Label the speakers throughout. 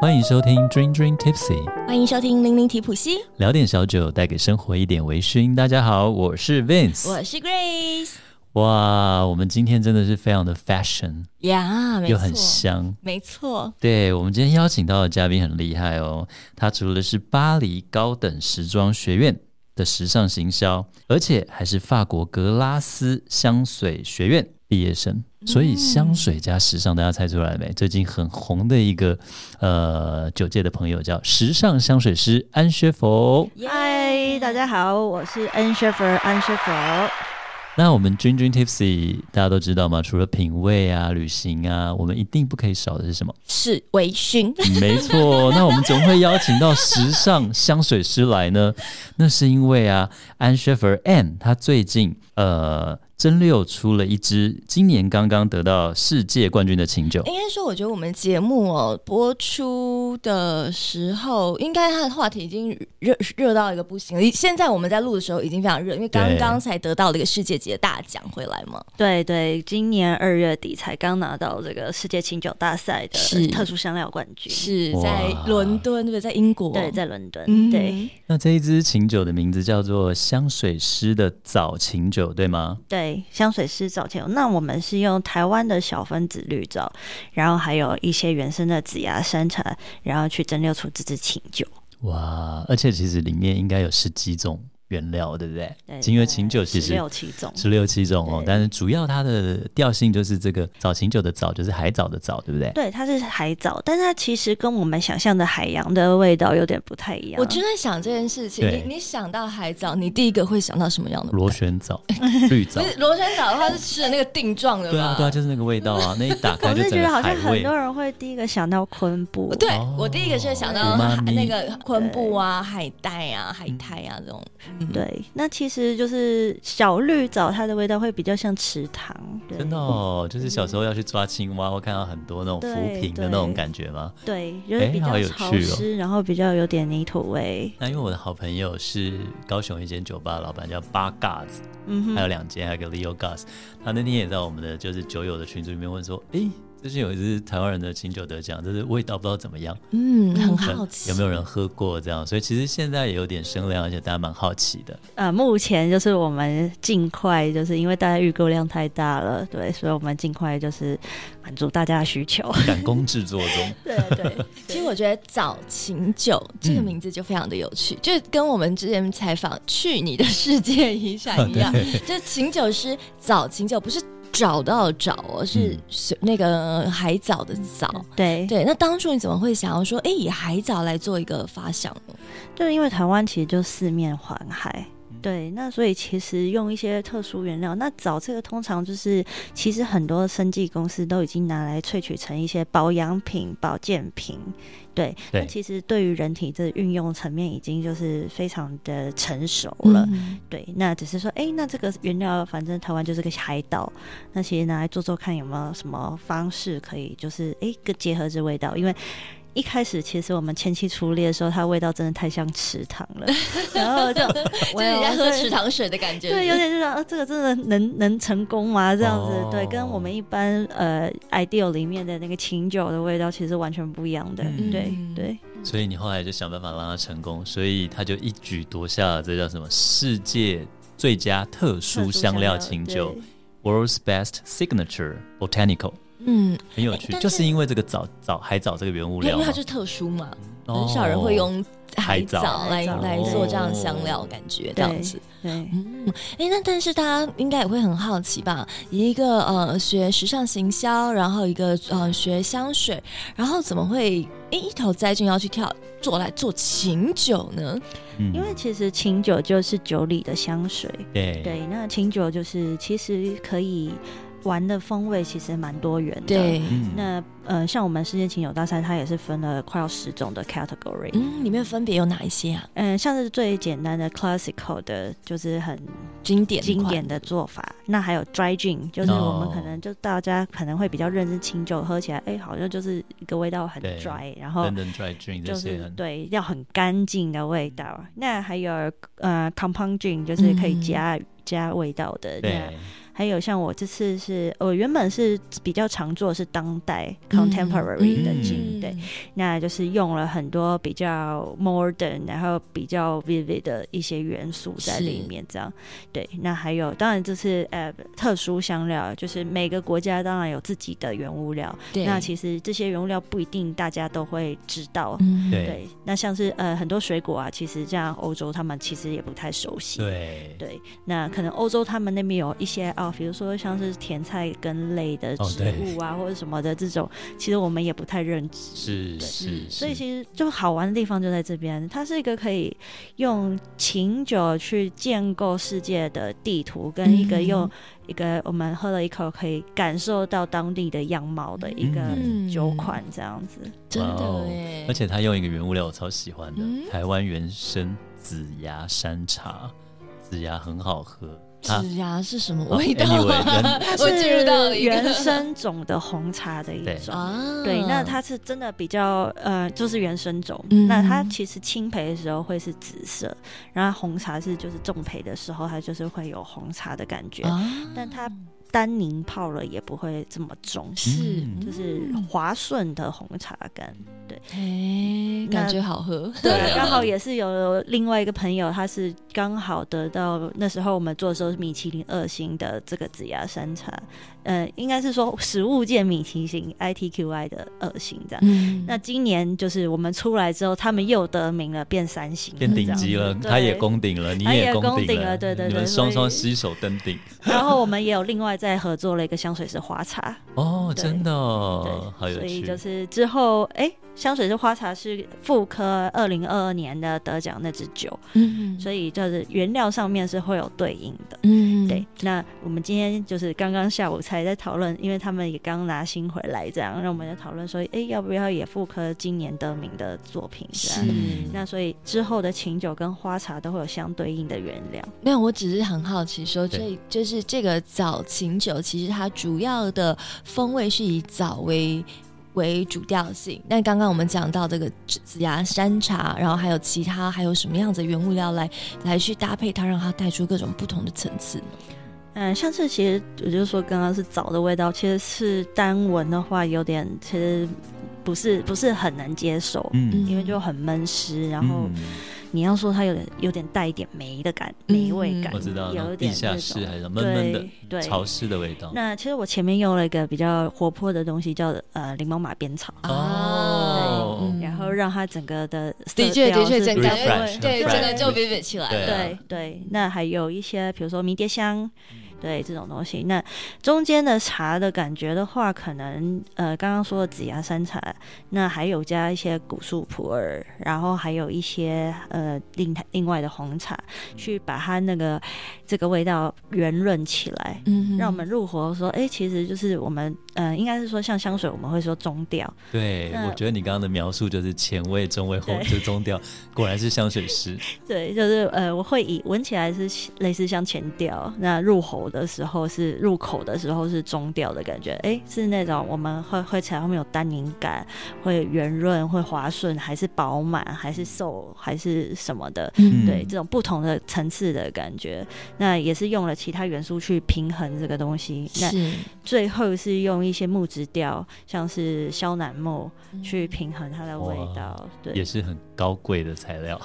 Speaker 1: 欢迎收听 Dream Dream Tipsy，
Speaker 2: 欢迎收听《零零提普西》，
Speaker 1: 聊点小酒，带给生活一点微醺。大家好，我是 Vince。
Speaker 2: 我是 Grace。
Speaker 1: 哇，我们今天真的是非常的 fashion，
Speaker 2: 呀，没
Speaker 1: 又很
Speaker 2: 错，
Speaker 1: 香。
Speaker 2: 没错，
Speaker 1: 对我们今天邀请到的嘉宾很厉害哦，他除了是巴黎高等时装学院的时尚行销，而且还是法国格拉斯香水学院毕业生。
Speaker 2: 嗯
Speaker 1: 所以香水加时尚，大家猜出来了没？最近很红的一个呃酒界的朋友叫时尚香水师安学佛。
Speaker 3: 嗨，大家好，我是 Ann Sheffer 安学佛。
Speaker 1: 那我们君君 Tipsy 大家都知道吗？除了品味啊、旅行啊，我们一定不可以少的是什么？
Speaker 2: 是微醺，
Speaker 1: 没错，那我们怎么会邀请到时尚香水师来呢？那是因为啊，Ann Sheffer Ann 她最近呃蒸馏出了一支今年刚刚得到世界冠军的清酒。
Speaker 2: 应该说，我觉得我们节目哦播出的时候，应该它的话题已经热热到一个不行了。现在我们在录的时候已经非常热，因为刚
Speaker 1: 对
Speaker 2: 刚才得到了一个世界级的大奖回来嘛。
Speaker 3: 对对，今年二月底才刚拿到这个世界清酒大赛
Speaker 2: 是
Speaker 3: 的特殊香料冠军。
Speaker 2: 是
Speaker 1: 哇
Speaker 2: 在伦敦，对不对？在英国，
Speaker 3: 对，在伦敦。
Speaker 2: 嗯，
Speaker 3: 对
Speaker 1: 那这一支清酒的名字叫做香水师的早清酒，对吗？
Speaker 3: 对，香水师早前有，那我们是用台湾的小分子绿藻，然后还有一些原生的紫芽山茶，然后去蒸馏出这支清酒。
Speaker 1: 哇！而且其实里面应该有十几种原料，对不对？
Speaker 3: 对，
Speaker 1: 因为清酒其实
Speaker 3: 六七种。
Speaker 1: 十六七种哦
Speaker 3: 对，
Speaker 1: 但是主要它的调性就是这个早清酒的早，就是海藻的藻，对不对？
Speaker 3: 对，它是海藻，但它其实跟我们想象的海洋的味道有点不太一样。
Speaker 2: 我就在想这件事情，
Speaker 1: 对
Speaker 2: 你你想到海藻，你第一个会想到什么样的？
Speaker 1: 螺旋藻、
Speaker 3: 哎
Speaker 1: 绿藻
Speaker 2: 不，是螺旋藻的话是吃的那个定状的吧？
Speaker 1: 对啊，对啊，就是那个味道啊，那一打开
Speaker 3: 我
Speaker 1: 就是整
Speaker 3: 觉
Speaker 1: 个
Speaker 3: 得好像
Speaker 1: 海
Speaker 3: 很
Speaker 1: 味。
Speaker 3: 多人会第一个想到昆布，
Speaker 2: 对、
Speaker 1: 哦
Speaker 2: 我第一个是想到
Speaker 1: 对
Speaker 2: 海
Speaker 1: 妈咪
Speaker 2: 那个昆布啊、海带啊、海苔啊这种。
Speaker 3: 对，那其实就是小绿藻，它的味道会比较像池塘，对
Speaker 1: 真的哦，就是小时候要去抓青蛙，会看到很多那种浮萍的那种感觉吗？
Speaker 3: 对，就是
Speaker 1: 哎
Speaker 3: 比
Speaker 1: 好
Speaker 3: 较
Speaker 1: 有
Speaker 3: 潮
Speaker 1: 趣哦
Speaker 3: 湿，然后比较有点泥土味，
Speaker 1: 那因为我的好朋友是高雄一间酒吧的老板，叫八嘎子，
Speaker 3: 嗯
Speaker 1: 还
Speaker 3: 哼，
Speaker 1: 有两间，还有个 Leo Gas。他那天也在我们的就是酒友的群组里面问说，诶，最近有一支台湾人的清酒得奖，就是味道不知道怎么样，
Speaker 2: 嗯，很
Speaker 1: 可能
Speaker 2: 好奇
Speaker 1: 有没有人喝过这样？所以其实现在也有点声量，而且大家蛮好奇的。
Speaker 3: 呃，目前就是我们尽快，就是因为大家预购量太大了，对，所以我们尽快就是满足大家的需求，
Speaker 1: 赶工制作中，
Speaker 3: 对对，
Speaker 2: 其实我觉得“早晴酒”这个
Speaker 1: 嗯
Speaker 2: 名字就非常的有趣，就跟我们之前采访“去你的世界 遗产”一样，就晴酒是早晴酒，不是找到找哦，是
Speaker 1: 嗯
Speaker 2: 是那个海藻的藻。
Speaker 3: 对
Speaker 2: 对，那当初你怎么会想要说，哎，以海藻来做一个发想呢？
Speaker 3: 就是因为台湾其实就四面环海。对，那所以其实用一些特殊原料，那藻这个通常就是，其实很多生技公司都已经拿来萃取成一些保养品、保健品。对，那
Speaker 1: 对
Speaker 3: 其实对于人体的运用层面已经就是非常的成熟了。
Speaker 2: 嗯，
Speaker 3: 对，那只是说，哎、那这个原料反正台湾就是个海岛，那其实拿来做做看有没有什么方式可以，就是哎，诶个、结合这味道，因为。一开始其实我们前期处理的时候，它味道真的太像池塘 了，然后就
Speaker 2: 就
Speaker 3: 我
Speaker 2: 是
Speaker 3: 有
Speaker 2: 你在喝
Speaker 3: 对
Speaker 2: 池塘水的感觉，
Speaker 3: 对，有点就是呃，这个真的能能成功吗？这样子，
Speaker 1: 哦
Speaker 3: 对，跟我们一般呃 ideal 里面的那个清酒的味道其实完全不一样的，
Speaker 1: 嗯
Speaker 3: 对
Speaker 2: 嗯
Speaker 3: 对
Speaker 1: 所以你后来就想办法让它成功，所以他就一举夺下了这叫什么世界最佳特殊香料清酒，（World's Best Signature Botanical），
Speaker 2: 嗯，
Speaker 1: 很有
Speaker 2: 哎
Speaker 1: 趣，
Speaker 2: 但是
Speaker 1: 就是因为这个藻藻海藻这个原物
Speaker 2: 因为
Speaker 1: 料
Speaker 2: 因为
Speaker 1: 嘛，
Speaker 2: 它就是特殊嘛，
Speaker 1: 哦
Speaker 2: 很少人会用海
Speaker 1: 海藻
Speaker 2: 藻来
Speaker 3: 海藻
Speaker 2: 来做这样的香料，
Speaker 1: 哦
Speaker 2: 感觉这样子。
Speaker 3: 对对
Speaker 2: 嗯，哎，那但是大家应该也会很好奇吧？一个呃学时尚行销，然后一个呃学香水，然后怎么会哎一头栽进要去跳做来做琴酒呢？
Speaker 1: 嗯
Speaker 3: 因为其实清酒就是酒里的香水，
Speaker 1: 对
Speaker 3: 对，那清酒就是其实可以玩的风味其实蛮多元的，。
Speaker 2: 对，
Speaker 1: 嗯
Speaker 3: 那呃，像我们世界清酒大赛，它也是分了快要十种的 category，
Speaker 2: 嗯，里面分别有哪一些啊？
Speaker 3: 嗯、像是最简单的 classical 的，就是很
Speaker 2: 经典
Speaker 3: 经
Speaker 2: 款
Speaker 3: 典的做法。那还有 dry gin，就是我
Speaker 1: 哦
Speaker 3: 们可能就大家可能会比较认真清酒，喝起来哎、好像就是一个味道很
Speaker 1: 对
Speaker 3: dry，然后
Speaker 1: London Dry Gin 这
Speaker 3: 哦就
Speaker 1: 些
Speaker 3: 是
Speaker 1: 很
Speaker 3: 对要很干净的味道。那还有呃 compound gin，就是可以
Speaker 2: 嗯
Speaker 3: 加、加味道的。那
Speaker 1: 对，
Speaker 3: 还有像我这次是我原本是比较常做的是当代
Speaker 2: 嗯
Speaker 3: contemporary 的
Speaker 1: 嗯
Speaker 3: 景，对，，那就是用了很多比较 modern，然后比较 vivid 的一些元素在里面，这样对。那还有，当然这是呃特殊香料，就是每个国家当然有自己的原物料，
Speaker 2: 对，
Speaker 3: 那其实这些原物料不一定大家都会知道。
Speaker 2: 嗯
Speaker 1: 对
Speaker 3: 对，那像是呃很多水果啊，其实像欧洲他们其实也不太熟悉。
Speaker 1: 对，
Speaker 3: 对，那可能欧洲他们那边有一些啊，比如说像是甜菜根类的
Speaker 1: 哦
Speaker 3: 植
Speaker 1: 对
Speaker 3: 物啊，或者什么的这种，其实我们也不太认知。
Speaker 1: 是
Speaker 3: 对
Speaker 1: 是，
Speaker 3: 所以
Speaker 1: 是
Speaker 3: 其实就好玩的地方就在这边，它是一个可以用琴酒去建构世界的地图，跟一个
Speaker 2: 嗯
Speaker 3: 用一个我们喝了一口可以感受到当地的样貌的一个
Speaker 2: 嗯
Speaker 3: 酒款这样子。
Speaker 2: 真
Speaker 1: 哇哦
Speaker 2: 的哎，
Speaker 1: 而且他用一个原物料我超喜欢的，
Speaker 2: 嗯
Speaker 1: 台湾原生紫芽山茶，紫芽很好喝，它
Speaker 2: 指牙是什么
Speaker 1: 啊哦
Speaker 2: 味道？
Speaker 1: anyway，
Speaker 2: 啊？ 我进入到了
Speaker 3: 是
Speaker 2: 一个
Speaker 3: 原生种的红茶的一
Speaker 1: 对
Speaker 3: 种。
Speaker 2: 啊，
Speaker 3: 对，那它是真的比较呃，就是原生种。
Speaker 2: 嗯
Speaker 3: 那它其实青培的时候会是紫色，然后红茶是就是重培的时候，它就是会有红茶的感觉。
Speaker 2: 啊，
Speaker 3: 但它单宁泡了也不会这么重，
Speaker 2: 是
Speaker 1: 嗯
Speaker 3: 就是滑顺的红茶感。
Speaker 2: 哎，感觉好喝，
Speaker 3: 对，刚好也是有另外一个朋友，他是刚好得到那时候我们做的时候是米其林二星的这个紫芽山茶，呃，应该是说食物界米其林 ITQI 的二星这样。
Speaker 2: 嗯
Speaker 3: 那今年就是我们出来之后，他们又得名了，变三星，
Speaker 1: 变顶级了，
Speaker 3: 这样子
Speaker 1: 他也。
Speaker 3: 对
Speaker 1: 攻顶了，你
Speaker 3: 他也
Speaker 1: 攻
Speaker 3: 攻
Speaker 1: 顶
Speaker 3: 顶了对对
Speaker 1: 你
Speaker 3: 对
Speaker 1: 们
Speaker 3: 所
Speaker 1: 双
Speaker 3: 以
Speaker 1: 双携手登顶。
Speaker 3: 然后我们也有另外再合作了一个香水是花茶，
Speaker 1: 哦，
Speaker 3: 对
Speaker 1: 真的
Speaker 3: 对
Speaker 1: 哦，，好有
Speaker 3: 所以
Speaker 1: 趣，
Speaker 3: 就是之后，哎，香水是花茶是妇科二零二二年的得奖那支酒，
Speaker 2: 嗯
Speaker 3: 所以就是原料上面是会有对应的。
Speaker 2: 嗯
Speaker 3: 对，，那我们今天就是刚刚下午才在讨论，因为他们也刚拿新回来，这样，让我们在讨论说，哎，要不要也复刻今年得名的作品？这样
Speaker 2: 是
Speaker 1: 嗯
Speaker 3: 那所以之后的琴酒跟花茶都会有相对应的原料。
Speaker 2: 没有，我只是很好奇说，
Speaker 1: 对
Speaker 2: 这就是这个早琴酒，其实它主要的风味是以枣为。为主调性。那刚刚我们讲到这个紫紫芽山茶，然后还有其他，还有什么样子的原物料来来去搭配它，让它带出各种不同的层次呢？
Speaker 3: 嗯，像是其实我就说刚刚是枣的味道，其实是单闻的话有点，其实不是不是很能接受，
Speaker 1: 嗯，
Speaker 3: 因为就很闷湿，然后
Speaker 1: 嗯
Speaker 3: 你要说它有点有点带一点霉的感，
Speaker 2: 嗯
Speaker 3: 霉味感，
Speaker 1: 我知道，那
Speaker 3: 有
Speaker 1: 种
Speaker 3: 一
Speaker 1: 地
Speaker 3: 点
Speaker 1: 下
Speaker 3: 这
Speaker 1: 室
Speaker 3: 种
Speaker 1: 还是闷闷的
Speaker 3: 对、对
Speaker 1: 潮湿的味道。
Speaker 3: 那其实我前面用了一个比较活泼的东西，叫呃柠檬马鞭草，
Speaker 1: 哦
Speaker 2: 嗯
Speaker 3: 然后让它整个的色
Speaker 2: 的确
Speaker 3: 调
Speaker 2: 的确，
Speaker 3: 是
Speaker 2: 整
Speaker 1: 个
Speaker 2: 个
Speaker 1: refresh，
Speaker 2: 对
Speaker 1: refresh
Speaker 2: 整个就 vivid 起来了。
Speaker 1: 对啊嗯
Speaker 3: 对对，那还有一些比如说迷迭香，对这种东西。那中间的茶的感觉的话，可能呃刚刚说的紫芽山茶，那还有加一些古树普洱，然后还有一些呃另另外的红茶，去把它那个这个味道圆润起来。
Speaker 2: 嗯
Speaker 3: 让我们入伙说，哎、其实就是我们，呃，应该是说像香水，我们会说中调，
Speaker 1: 对，
Speaker 3: 那
Speaker 1: 我觉得你刚刚的描述就是前味、中味、后
Speaker 3: 对
Speaker 1: 就中调，果然是香水师。
Speaker 3: 对，就是呃，我会以闻起来是类似像前调，那入喉的时候是入口的时候是中调的感觉，哎、是那种我们会会起来后面有单宁感，会圆润，会滑顺，还是饱满，还是瘦，还是什么的，
Speaker 1: 嗯
Speaker 3: 对，这种不同的层次的感觉，那也是用了其他元素去平衡这个东西，那
Speaker 2: 是
Speaker 3: 最后是用一些木质调，像是萧楠木去平衡它的味道，
Speaker 1: 也
Speaker 3: 对，
Speaker 1: 是很高贵的材料，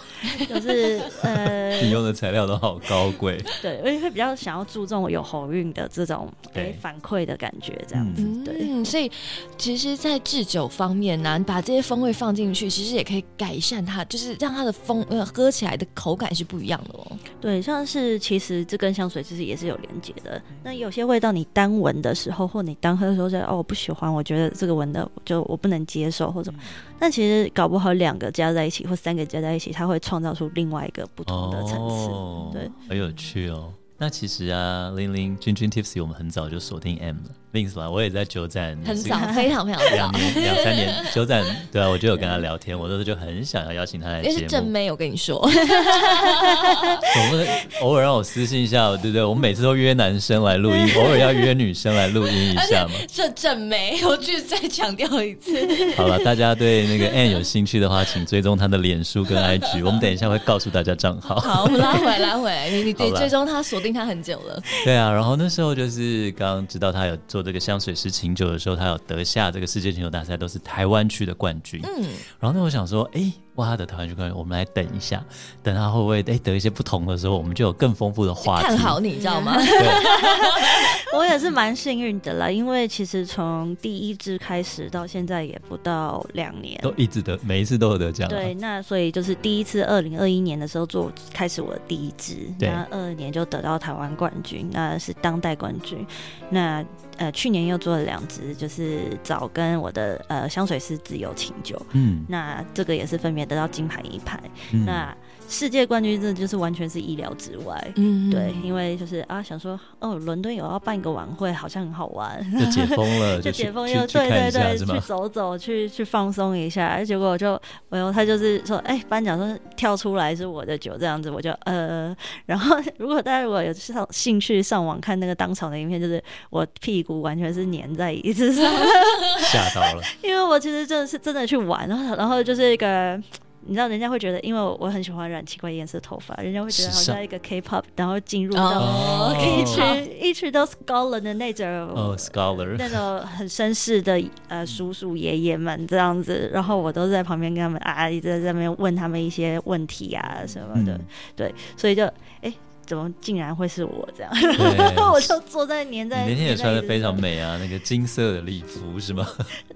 Speaker 3: 就是呃，
Speaker 1: 你用的材料都好高贵。
Speaker 3: 对，而且会比较想要注重有喉韵的这种
Speaker 1: 对
Speaker 3: 诶反馈的感觉，这样子，
Speaker 1: 嗯
Speaker 3: 对。
Speaker 2: 嗯，所以其实，在制酒方面呢、你把这些风味放进去，其实也可以改善它，就是让它的风呃喝起来的口感是不一样的哦。
Speaker 3: 对，像是其实这跟香水其实也是有连接的。那有些味道你单闻的时候，或你单喝的时候觉得哦我不喜欢，我觉得这个闻的就我不能接受或者什么，但其实搞不好两个加在一起或三个加在一起，它会创造出另外一个不同的层次。
Speaker 1: 哦
Speaker 3: 对，
Speaker 1: 很有趣哦。那其实啊，玲玲、君君、Tipsy，我们很早就锁定 M 了。Links 吧，我也在九展，
Speaker 2: 很
Speaker 1: 是
Speaker 2: 早，非常非常
Speaker 1: 两
Speaker 2: 早，
Speaker 1: 年、两三年，九展对啊，我就有跟他聊天，我那时候就很想要邀请他来
Speaker 2: 因为是
Speaker 1: 节
Speaker 2: 正
Speaker 1: 目，
Speaker 2: 妹，我跟你说，
Speaker 1: 总不能偶尔让我私信一下，对不对？我们每次都约男生来录音，偶尔要约女生来录音一下嘛。
Speaker 2: 这正妹，我就再强调一次。
Speaker 1: 好了，大家对那个 Anne 有兴趣的话，请追踪她的脸书跟 IG，我们等一下会告诉大家账号。
Speaker 2: 好，我们拉回来，拉回来，你你
Speaker 1: 好
Speaker 2: 得
Speaker 1: 啦
Speaker 2: 追踪他，锁定听他很久了。
Speaker 1: 对啊，然后那时候就是刚刚知道他有做这个香水师琴酒的时候，他有得下这个世界琴酒大赛都是台湾区的冠军。
Speaker 2: 嗯，
Speaker 1: 然后呢，我想说，哎，哇，他的台湾区冠军，我们来等一下，等他会不会哎得一些不同的时候，我们就有更丰富的话题。
Speaker 2: 看好你，知道吗？
Speaker 3: 我也是蛮幸运的啦，因为其实从第一支开始到现在也不到两年。
Speaker 1: 都一直得，每一次都有得奖、啊。
Speaker 3: 对，那所以就是第一次，二零二一年的时候做开始我的第一支，
Speaker 1: 对
Speaker 3: 那二二年就得到台湾冠军，那是当代冠军。那呃去年又做了两支，就是早跟我的呃香水师自由请酒，
Speaker 1: 嗯，
Speaker 3: 那这个也是分别得到金牌、银牌。
Speaker 1: 嗯
Speaker 3: 那世界冠军这就是完全是意料之外。
Speaker 2: 嗯，
Speaker 3: 对，因为就是啊，想说哦，伦敦有要办一个晚会，好像很好玩，
Speaker 1: 就解封了，
Speaker 3: 就
Speaker 1: 去
Speaker 3: 解封
Speaker 1: 去
Speaker 3: 又
Speaker 1: 去
Speaker 3: 对
Speaker 1: 看
Speaker 3: 对
Speaker 1: 一下
Speaker 3: 对，
Speaker 1: 是
Speaker 3: 去
Speaker 1: 吗？
Speaker 3: 走走，去去放松一下。哎结果我就，我有他就是说，哎、颁奖说跳出来是我的酒这样子，我就呃， 然后如果大家如果有上兴趣上网看那个当场的影片，就是我屁股完全是粘在椅子 上，
Speaker 1: 吓到了，
Speaker 3: 因为我其实真的是真的去玩，然后然后就是一个。你知道人家会觉得，因为我我很喜欢染奇怪颜色头发，人家会觉得好
Speaker 1: 时尚
Speaker 3: 像一个 K-pop，然后进入到
Speaker 2: 哦，可
Speaker 3: 一
Speaker 2: 以
Speaker 3: 曲、
Speaker 2: 去。
Speaker 3: 一曲到 Scotland 的那种
Speaker 1: 哦，scholar，
Speaker 3: 那种很绅士的
Speaker 1: 嗯
Speaker 3: 呃叔叔爷爷们这样子，然后我都在旁边跟他们啊一直在那边问他们一些问题啊什么的，
Speaker 1: 嗯
Speaker 3: 对，所以就哎、诶怎么竟然会是我这样？
Speaker 1: 对
Speaker 3: 然 后我就坐在粘
Speaker 1: 你
Speaker 3: 在
Speaker 1: 那天也
Speaker 3: 粘在
Speaker 1: 穿的
Speaker 3: 椅子
Speaker 1: 非常
Speaker 3: 上
Speaker 1: 美啊，那个金色的礼服是吗？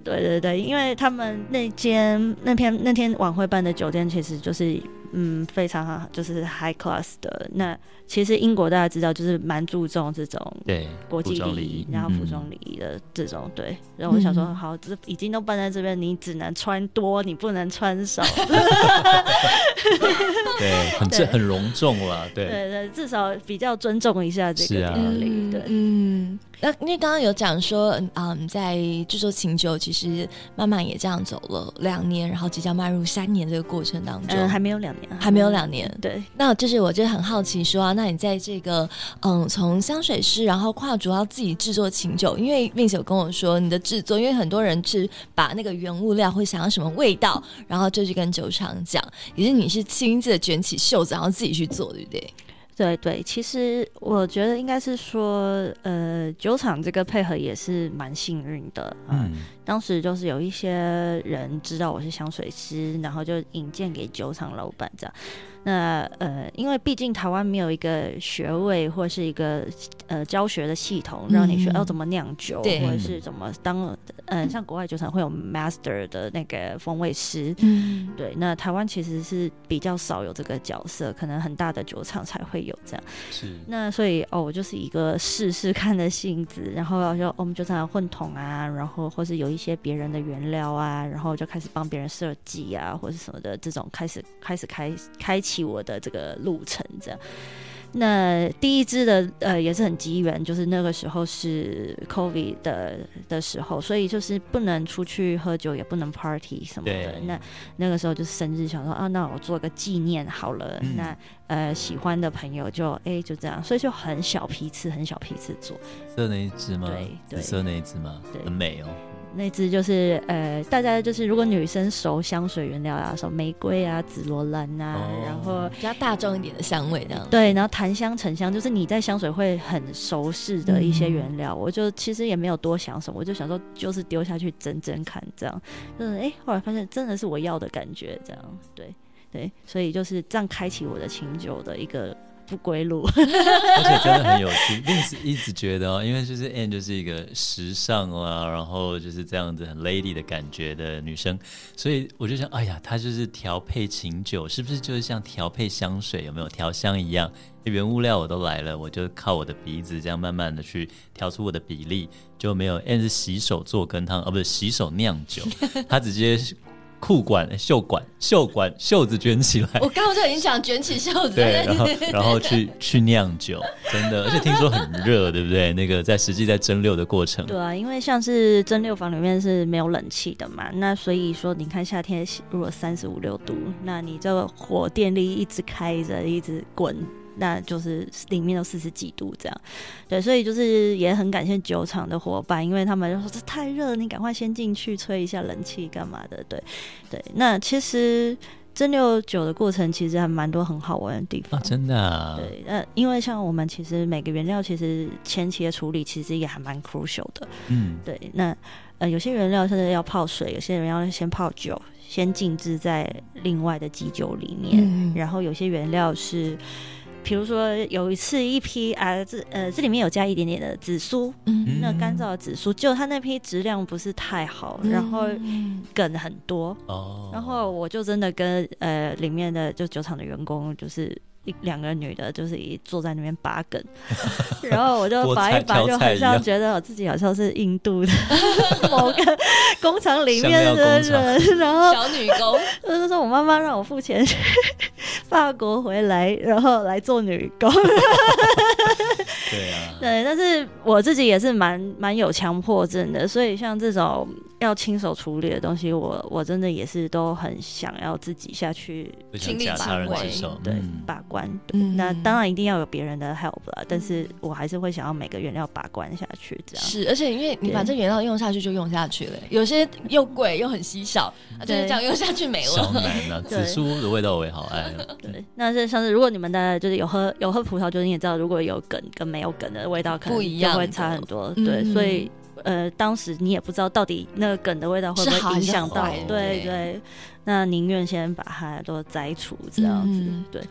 Speaker 3: 对对对，因为他们那间那天那天晚会办的酒店，其实就是嗯非常好，就是 high class 的。那其实英国大家知道，就是蛮注重这种
Speaker 1: 对，
Speaker 3: 国际
Speaker 1: 服装
Speaker 3: 礼
Speaker 1: 礼仪
Speaker 3: 仪，，然后服装
Speaker 1: 嗯
Speaker 3: 礼仪的这种、对。然后我想说，
Speaker 2: 嗯
Speaker 3: 好，这已经都办在这边，你只能穿多，你不能穿少。
Speaker 1: 对，很
Speaker 3: 对
Speaker 1: 这很隆重啦，对，
Speaker 3: 对对，至少比较尊重一下这
Speaker 1: 是
Speaker 3: 个
Speaker 1: 啊
Speaker 3: 典礼。对，
Speaker 2: 嗯，那因为刚刚有讲说，嗯嗯，在制作琴酒，其实慢慢也这样走了两年，然后即将迈入三年这个过程当中，
Speaker 3: 嗯，还没有两年，
Speaker 2: 还没有两年。
Speaker 3: 对。
Speaker 2: 那就是我就很好奇说啊，那你在这个嗯，从香水师，然后跨主要自己制作琴酒，因为 Vince 有跟我说你的制作，因为很多人是把那个原物料会想要什么味道，然后就去跟酒厂讲，也是你是亲自的卷起袖子，然后自己去做，对不对？
Speaker 3: 对对，其实我觉得应该是说，呃，酒厂这个配合也是蛮幸运的啊、
Speaker 1: 嗯，
Speaker 3: 当时就是有一些人知道我是香水师，然后就引荐给酒厂老板这样。那呃，因为毕竟台湾没有一个学位或是一个呃教学的系统，让你学
Speaker 2: 嗯
Speaker 3: 要怎么酿酒，
Speaker 2: 对
Speaker 3: 或者是怎么当呃，像国外酒厂会有 master 的那个风味师。
Speaker 2: 嗯，
Speaker 3: 对，那台湾其实是比较少有这个角色，可能很大的酒厂才会有这样。
Speaker 1: 是，
Speaker 3: 那所以哦，我就是一个试试看的性子，然后就、哦我们就常常混桶啊，然后或是有一些别人的原料啊，然后就开始帮别人设计啊，或是什么的这种开始开始开开启我的这个路程这样。那第一支的呃也是很机缘，就是那个时候是 COVID 的的时候，所以就是不能出去喝酒，也不能 party 什么的
Speaker 1: 对。，
Speaker 3: 那那个时候就是生日，想说啊，那我做个纪念好了。
Speaker 1: 嗯
Speaker 3: 那呃，喜欢的朋友就哎、就这样，所以就很小批次，很小批次做。
Speaker 1: 紫色那一只吗？
Speaker 3: 对
Speaker 1: 紫
Speaker 3: 对
Speaker 1: 色那一只吗？
Speaker 3: 对
Speaker 1: 很美哦，
Speaker 3: 那支就是呃，大家就是如果女生熟香水原料啊，什么玫瑰啊、紫罗兰啊，
Speaker 1: 哦
Speaker 3: 然后
Speaker 2: 比较大众一点的香味这样。
Speaker 3: 对，然后檀香、沉香，就是你在香水会很熟识的一些原料。我就其实也没有多想什么，我就想说就是丢下去蒸蒸看，这样。嗯，哎、后来发现真的是我要的感觉，这样。对对，所以就是这样开启我的琴酒的一个不归路。
Speaker 1: 而且真的很有趣。Vince 一直觉得哦，因为就是 Anne 就是一个时尚啊，然后就是这样子很 lady 的感觉的女生，所以我就想，哎呀，她就是调配琴酒，是不是就是像调配香水有没有调香一样？原物料我都来了，我就靠我的鼻子这样慢慢的去调出我的比例，就没有 Anne 是洗手做羹汤，而、不是洗手酿酒，她直接裤管、袖管、袖管袖子卷起来，
Speaker 2: 我刚刚就已经想卷起袖子，
Speaker 1: 对，然后然后去去酿酒，真的，而且听说很热，对不对？那个在实际在蒸馏的过程，
Speaker 3: 对啊，因为像是蒸馏房里面是没有冷气的嘛，那所以说你看夏天如果三十五六度，那你这个火电力一直开着，一直滚。那就是里面都四十几度这样，对，所以就是也很感谢酒厂的伙伴，因为他们就说这太热了，你赶快先进去吹一下冷气干嘛的，对，对。那其实蒸馏酒的过程其实还蛮多很好玩的地
Speaker 1: 啊，
Speaker 3: 方。
Speaker 1: 真的、啊，
Speaker 3: 对，呃，因为像我们其实每个原料其实前期的处理其实也还蛮 crucial 的。
Speaker 1: 嗯，
Speaker 3: 对，那呃有些原料甚至要泡水，有些原料要先泡酒，先静置在另外的基酒里面。
Speaker 2: 嗯
Speaker 3: 然后有些原料是，比如说有一次一批啊，这呃这里面有加一点点的紫苏，
Speaker 2: 嗯
Speaker 3: 那干燥的紫苏，就它那批质量不是太好，
Speaker 2: 嗯
Speaker 3: 然后
Speaker 2: 嗯
Speaker 3: 梗很多，
Speaker 1: 哦，
Speaker 3: 然后我就真的跟呃里面的就酒厂的员工就是。一两个女的，就是一坐在那边拔 梗，然后我就
Speaker 1: 菠
Speaker 3: 拔
Speaker 1: 菜
Speaker 3: 一拔，
Speaker 1: 挑
Speaker 3: 就
Speaker 1: 菜
Speaker 3: 好
Speaker 1: 一
Speaker 3: 像
Speaker 1: 样
Speaker 3: 觉得我自己好像是印度的某个工厂里
Speaker 1: 香
Speaker 3: 面
Speaker 1: 料
Speaker 3: 的
Speaker 1: 工厂
Speaker 3: 人，然 后
Speaker 2: 小女工，
Speaker 3: 我就说我妈妈让我付钱去法国回来，然后来做女工。
Speaker 1: 对啊，
Speaker 3: 对，但是我自己也是蛮蛮有强迫症的，所以像这种要亲手处理的东西，我我真的也是都很想要自己下去
Speaker 1: 不想
Speaker 2: 亲力
Speaker 1: 嫁
Speaker 2: 把
Speaker 1: 他人
Speaker 2: 关
Speaker 1: 之手，
Speaker 3: 对、
Speaker 1: 嗯
Speaker 3: 把关。对
Speaker 2: 嗯
Speaker 3: 那当然一定要有别人的 help 啦，但是我还是会想要每个原料把关下去，这样。
Speaker 2: 是，而且因为你把
Speaker 3: 对
Speaker 2: 这原料用下去就用下去了，有些又贵又很稀少，啊就是
Speaker 3: 对
Speaker 2: 这样用下去没
Speaker 1: 小
Speaker 2: 了。
Speaker 1: 奶呢，啊紫
Speaker 3: 对
Speaker 1: 苏的味道我也好爱哦，
Speaker 3: 对，
Speaker 2: 嗯
Speaker 3: 那是像是如果你们大家就是有喝有喝葡萄酒，你也知道，如果有梗跟没有梗的味道，可能
Speaker 2: 不一样
Speaker 3: 就
Speaker 2: 的
Speaker 3: 会差很多。
Speaker 2: 嗯
Speaker 3: 对，所以呃，当时你也不知道到底那个梗的味道会不
Speaker 2: 是好
Speaker 3: 会
Speaker 2: 还
Speaker 3: 影
Speaker 2: 是
Speaker 3: 响到
Speaker 1: 坏。
Speaker 3: 对
Speaker 2: 对
Speaker 3: 对，那宁愿先把它都摘除这样子。
Speaker 2: 嗯
Speaker 3: 对，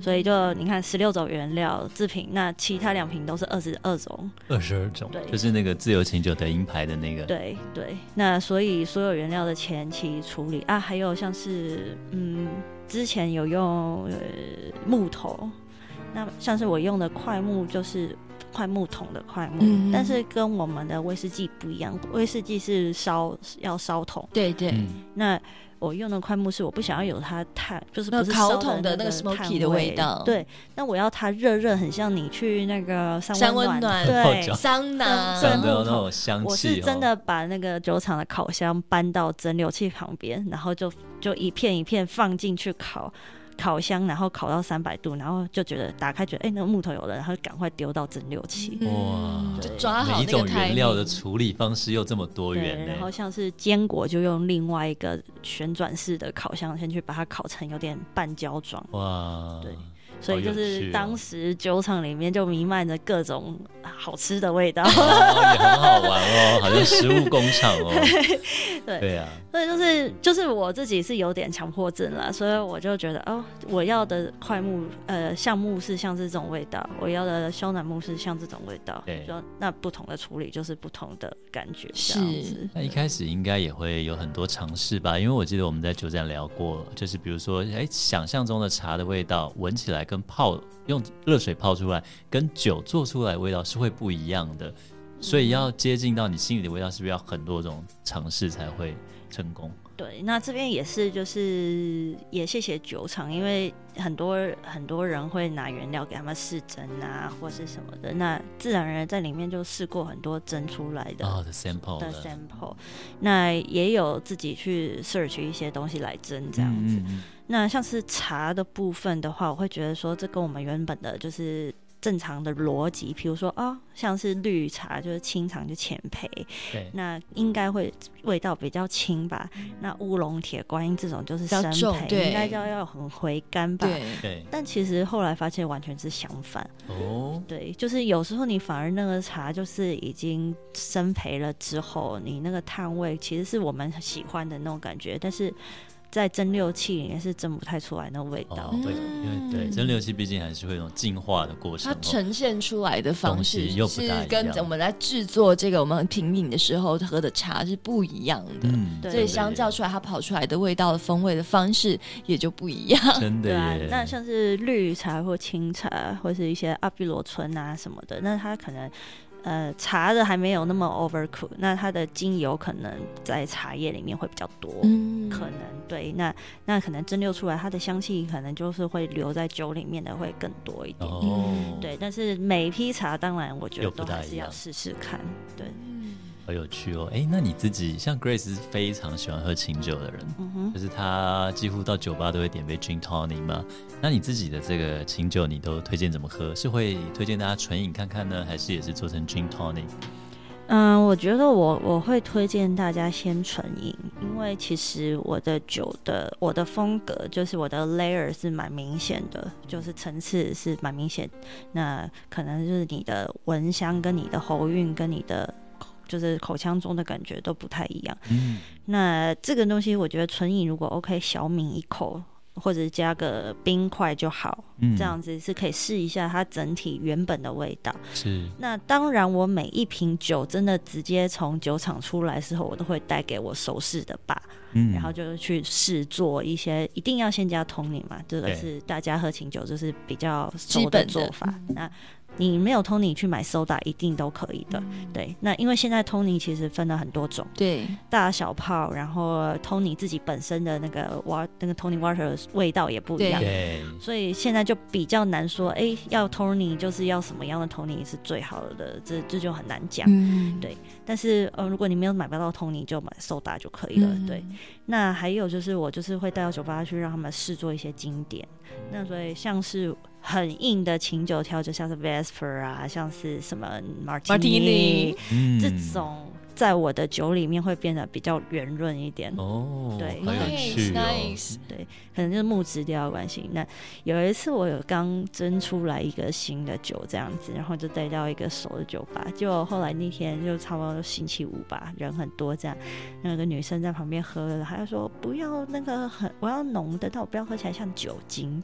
Speaker 3: 所以就你看，十六种原料制品，那其他两瓶都是二十二种。
Speaker 1: 二十二种
Speaker 3: 对，
Speaker 1: 就是那个自由琴酒德音牌的那个，
Speaker 3: 对对，那所以所有原料的前期处理啊，还有像是嗯，之前有用呃木头，那像是我用的块木就是块木桶的块木，
Speaker 2: 嗯
Speaker 3: 但是跟我们的威士忌不一样，威士忌是烧要烧桶，
Speaker 2: 对对，
Speaker 1: 嗯，
Speaker 3: 那我用的块木是我不想要有它炭，就是
Speaker 2: 那
Speaker 3: 不是
Speaker 2: 烤
Speaker 3: 烧
Speaker 2: 桶
Speaker 3: 的
Speaker 2: 的那个
Speaker 3: 炭
Speaker 2: smoky 的味道
Speaker 3: 对，那我要它热热，很像你去那个
Speaker 2: 三
Speaker 3: 三
Speaker 2: 温
Speaker 3: 暖，
Speaker 2: 暖
Speaker 1: 泡
Speaker 3: 对
Speaker 1: 脚。
Speaker 2: 桑拿
Speaker 3: 这样
Speaker 1: 想到那种香
Speaker 3: 我是
Speaker 1: 气，哦
Speaker 3: 真，的把那个酒厂的烤箱搬到蒸馏器旁边，然后就就一片一片放进去烤。烤箱，然后烤到三百度，然后就觉得打开觉得哎、那个木头有了，然后赶快丢到蒸馏器。
Speaker 2: 嗯
Speaker 1: 哇
Speaker 2: 就抓好
Speaker 1: 每一
Speaker 2: 那个
Speaker 1: 种原料的
Speaker 2: timing
Speaker 1: 处理方式又这么多元
Speaker 3: 对，然后
Speaker 1: 呢，
Speaker 3: 像是坚果就用另外一个旋转式的烤箱先去把它烤成有点半焦状，
Speaker 1: 哇，
Speaker 3: 对所以就
Speaker 1: 好有趣
Speaker 3: 是
Speaker 1: 哦
Speaker 3: 当时酒厂里面就弥漫着各种好吃的味道。
Speaker 1: 哦也很好玩哦，好像食物工厂哦，
Speaker 3: 对
Speaker 1: 对啊，
Speaker 3: 所以就是就是我自己是有点强迫症啦，所以我就觉得哦，我要的快木呃橡木是像这种味道，我要的肖楠木是像这种味道
Speaker 1: 对，
Speaker 3: 就那不同的处理就是不同的感觉，
Speaker 2: 是
Speaker 3: 这样子。
Speaker 1: 那一开始应该也会有很多尝试吧，因为我记得我们在酒展聊过，就是比如说，哎，想象中的茶的味道，闻起来跟泡用热水泡出来，跟酒做出来的味道是会不一样
Speaker 3: 嗯
Speaker 1: 的，所以要接近到你心里的味道，是不是要很多种尝试才会成功？
Speaker 3: 对，那这边也是就是也谢谢酒厂，因为很多很多人会拿原料给他们试蒸啊或是什么的，那自然而然在里面就试过很多蒸出来的
Speaker 1: 哦、的 sample
Speaker 3: 的
Speaker 1: 了，
Speaker 3: sample，那也有自己去 search 一些东西来蒸这样子。
Speaker 1: 嗯嗯
Speaker 3: 那像是茶的部分的话，我会觉得说这跟我们原本的就是。正常的逻辑，比如说啊、像是绿茶就是清肠就浅焙，
Speaker 1: 对，
Speaker 3: 那应该会味道比较轻吧。那乌龙、铁观音这种就是深
Speaker 2: 嗯比较重
Speaker 3: 焙，
Speaker 2: 对
Speaker 3: 应该要要很回甘吧。
Speaker 2: 对，
Speaker 1: 对，
Speaker 3: 但其实后来发现完全是相反，
Speaker 1: 哦，
Speaker 3: 对，就是有时候你反而那个茶就是已经生培了之后，你那个碳味其实是我们喜欢的那种感觉，但是在蒸馏器里面是蒸不太出来那味道。
Speaker 1: 哦，对，因为对蒸馏器毕竟还是会有一种进化的过程
Speaker 2: 它
Speaker 1: 哦，
Speaker 2: 呈现出来的方式
Speaker 1: 东西又不
Speaker 2: 是
Speaker 1: 大一样
Speaker 2: 跟我们在制作这个我们品饮的时候喝的茶是不一样的。
Speaker 1: 嗯，
Speaker 3: 对
Speaker 2: 所以 相较出来，它跑出来的味道、风味的方式也就不一样。
Speaker 1: 真的
Speaker 3: 对啊
Speaker 1: 耶，，
Speaker 3: 那像是绿茶或清茶，或是一些阿比罗醇啊什么的，那它可能呃茶的还没有那么 overcook，那它的精油可能在茶叶里面会比较多。
Speaker 2: 嗯，
Speaker 3: 哦可能对，那那可能蒸馏出来，它的香气可能就是会留在酒里面的会更多一点。
Speaker 1: 哦，
Speaker 3: 嗯对，但是每一批茶，当然我觉
Speaker 1: 又
Speaker 3: 得
Speaker 1: 不
Speaker 3: 都
Speaker 1: 大
Speaker 3: 还
Speaker 1: 一
Speaker 3: 是要
Speaker 1: 样嗯
Speaker 3: 试试看。对，
Speaker 2: 嗯
Speaker 1: 好有趣哦！哎，那你自己像 Grace 是非常喜欢喝清酒的人，
Speaker 3: 嗯哼，
Speaker 1: 就是她几乎到酒吧都会点杯 gin tonic 嘛。那你自己的这个清酒，你都推荐怎么喝？是会推荐大家纯饮看看呢，还是也是做成 gin tonic？
Speaker 3: 嗯，我觉得我我会推荐大家先纯饮，因为其实我的酒的我的风格就是我的 layer 是蛮明显的，
Speaker 1: 嗯
Speaker 3: 就是层次是蛮明显。那可能就是你的闻香跟你的喉韵跟你的就是口腔中的感觉都不太一样。
Speaker 1: 嗯，
Speaker 3: 那这个东西我觉得纯饮如果 OK，小抿一口或者加个冰块就好，
Speaker 1: 嗯
Speaker 3: 这样子是可以试一下它整体原本的味道。
Speaker 1: 是
Speaker 3: 那当然，我每一瓶酒真的直接从酒厂出来之后，我都会带给我熟识的吧，
Speaker 1: 嗯，
Speaker 3: 然后就是去试做一些，一定要先加通灵嘛，这个
Speaker 1: 对
Speaker 3: 是大家喝清酒就是比较
Speaker 2: 基
Speaker 3: 熟
Speaker 2: 本的
Speaker 3: 的做法
Speaker 2: 嗯。
Speaker 3: 那你没有通灵去买 soda 一定都可以
Speaker 1: 嗯
Speaker 3: 的，对。那因为现在通灵其实分了很多种，
Speaker 2: 对，
Speaker 3: 大小泡，然后通灵自己本身的那个 wa 那个通灵 water 的味道也不一样
Speaker 2: 对。
Speaker 1: 对，
Speaker 3: 所以现在就比较难说，哎、要 Tony 就是要什么样的 Tony 是最好的，这这就很难讲。
Speaker 2: 嗯
Speaker 3: 对但是，呃，如果你没有买不到 Tony，就买 Soda 就可以了。
Speaker 2: 嗯
Speaker 3: 对，，那还有就是我就是会带到酒吧去让他们试做一些经典。那所以像是很硬的琴酒调酒，像是 Vesper 啊，像是什么
Speaker 2: Martini
Speaker 1: 嗯
Speaker 3: 这种，在我的酒里面会变得比较圆润一点。
Speaker 1: 哦，
Speaker 3: 对
Speaker 1: 好有趣哦
Speaker 2: Nice，nice
Speaker 3: 可能就是木质调的关系。那有一次我有刚蒸出来一个新的酒这样子，然后就带到一个熟的酒吧，结果后来那天就差不多星期五吧，人很多这样，那个女生在旁边喝了，她就说不要那个很我要浓的，但我不要喝起来像酒精。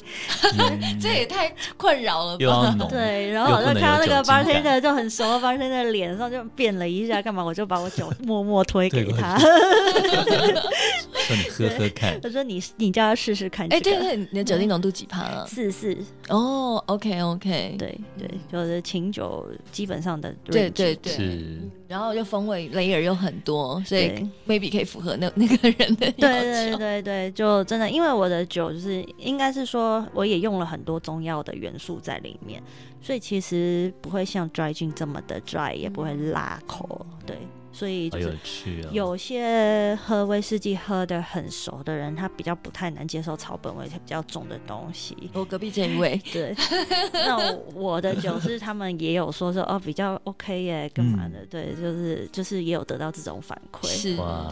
Speaker 1: 嗯
Speaker 2: 这也太困扰了
Speaker 1: 又要
Speaker 3: 啊
Speaker 2: 吧？
Speaker 1: 浓，
Speaker 3: 对，然后我就看到那
Speaker 1: 又
Speaker 3: 个
Speaker 1: 不能有酒精
Speaker 3: bartender 就很熟的 bartender 脸上就变了一下，干嘛我就把我酒默默推给他，
Speaker 1: 说你喝喝看，
Speaker 3: 我说你你 叫他试试看、这
Speaker 2: 哎，
Speaker 3: 个。
Speaker 2: 对对，你的
Speaker 3: 嗯
Speaker 2: 酒精浓度几趴了？
Speaker 3: 四四
Speaker 2: 哦，OK OK，
Speaker 3: 对对，就是清酒基本上的
Speaker 2: 对
Speaker 3: range
Speaker 2: 对对，
Speaker 1: 是
Speaker 2: 然后又风味 layer 又很多，所以
Speaker 3: 对
Speaker 2: maybe 可以符合那 那个人的
Speaker 3: 对
Speaker 2: 要
Speaker 3: 对
Speaker 2: 求。
Speaker 3: 对对，就真的，因为我的酒就是应该是说，我也用了很多中药的元素在里面，所以其实不会像 dry gin 这么的 dry，也不会
Speaker 2: 嗯
Speaker 3: 辣口，对，所以
Speaker 1: 好
Speaker 3: 就
Speaker 1: 有
Speaker 3: 是
Speaker 1: 趣哦，
Speaker 3: 有些喝威士忌喝的很熟的人，他比较不太能接受草本味比较重的东西，
Speaker 2: 我隔壁这一位，
Speaker 3: 对， 那我的酒是他们也有说说哦比较 OK 耶，干嘛的？对，就是就是也有得到这种反馈。
Speaker 2: 是
Speaker 1: 哇，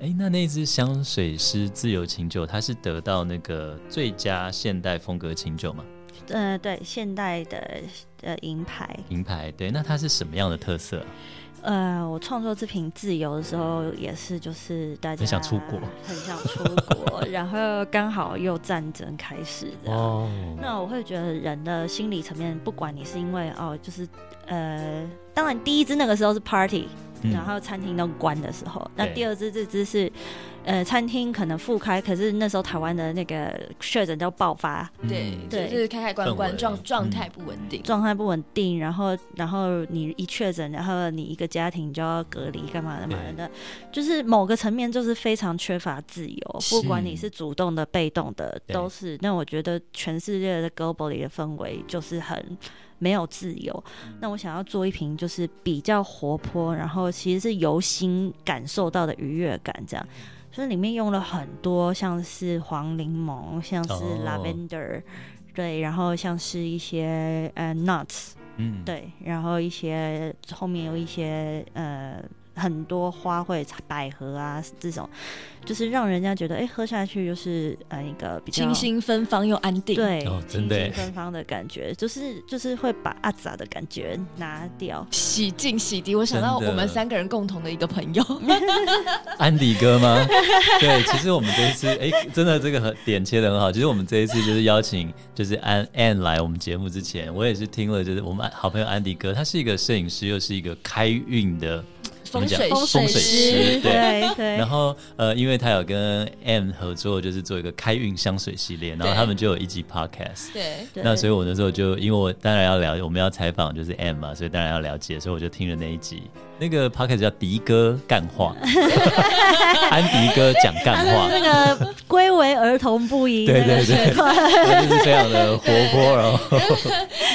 Speaker 1: 哎，那那支香水是自由清酒，它是得到那个最佳现代风格清酒嘛，
Speaker 3: 呃，对，现代的呃银牌，
Speaker 1: 银牌，对，那它是什么样的特色啊？
Speaker 3: 呃，我创作这瓶自由的时候也是，就是大家
Speaker 1: 很想出国，
Speaker 3: 很想出国， 然后刚好又战争开始这样。
Speaker 1: 哦，
Speaker 3: 那我会觉得人的心理层面，不管你是因为哦，就是呃，当然第一支那个时候是 party，
Speaker 1: 嗯
Speaker 3: 然后餐厅都关的时候，那
Speaker 1: 对
Speaker 3: 第二支这支是，呃，餐厅可能复开，可是那时候台湾的那个确诊都爆发，
Speaker 2: 对
Speaker 1: 嗯
Speaker 3: 对
Speaker 2: 就是开开关
Speaker 1: 氛
Speaker 2: 关
Speaker 1: 围
Speaker 2: 状状
Speaker 1: 嗯
Speaker 2: 态不稳定。
Speaker 3: 状态不稳定，然后然后你一确诊，然后你一个家庭就要隔离干嘛的嘛
Speaker 1: 对
Speaker 3: 的，就是某个层面就是非常缺乏自由，
Speaker 1: 是
Speaker 3: 不管你是主动的、被动的，
Speaker 1: 对
Speaker 3: 都是。那我觉得全世界的 globally 的氛围就是很。没有自由，那我想要做一瓶就是比较活泼，然后其实是由心感受到的愉悦感，
Speaker 1: 嗯
Speaker 3: 这样，所以里面用了很多像是黄柠檬，像是
Speaker 1: 哦
Speaker 3: lavender，、对，然后像是一些呃 nuts，
Speaker 1: 嗯，
Speaker 3: 对，然后一些后面有一些呃很多花卉、百合啊这种，就是让人家觉得哎喝下去就是呃一个比较
Speaker 2: 清新芬芳又安定，，
Speaker 3: 对，
Speaker 1: 哦真
Speaker 3: 清
Speaker 1: 的
Speaker 3: 新
Speaker 1: 耶
Speaker 3: 芬芳的感觉，就是就是会把阿杂的感觉拿掉。
Speaker 2: 洗净洗涤。我想到
Speaker 1: 真的
Speaker 2: 我们三个人共同的一个朋友，
Speaker 1: 安迪哥吗？对，其实我们这一次，哎、真的这个很点切的很好。其实我们这一次就是邀请，就是安 Ann 来我们节目之前，我也是听了，就是我们好朋友安迪哥，他是一个摄影师，又是一个开运的
Speaker 2: 风水
Speaker 1: 风水
Speaker 2: 师
Speaker 1: 师对。
Speaker 3: 对 对
Speaker 1: 然，后呃，因为他有跟 M 合作，就是做一个开运香水系列，然后
Speaker 2: 对
Speaker 1: 他们就有一集 podcast。
Speaker 2: 对，
Speaker 3: 对
Speaker 1: 那所以我那时候就，因为我当然要了，我们要采访就是 M 嘛，所以当然要了解，所以我就听了那一集，那个 p o c k e t 叫迪哥干话， 安迪哥讲
Speaker 3: 他
Speaker 1: 干
Speaker 3: 是
Speaker 1: 话，
Speaker 3: 那个归为儿童不宜，
Speaker 1: 对
Speaker 3: 那
Speaker 1: 对
Speaker 3: 个
Speaker 1: 对
Speaker 3: 情况
Speaker 1: 他就是非常的活泼，然 后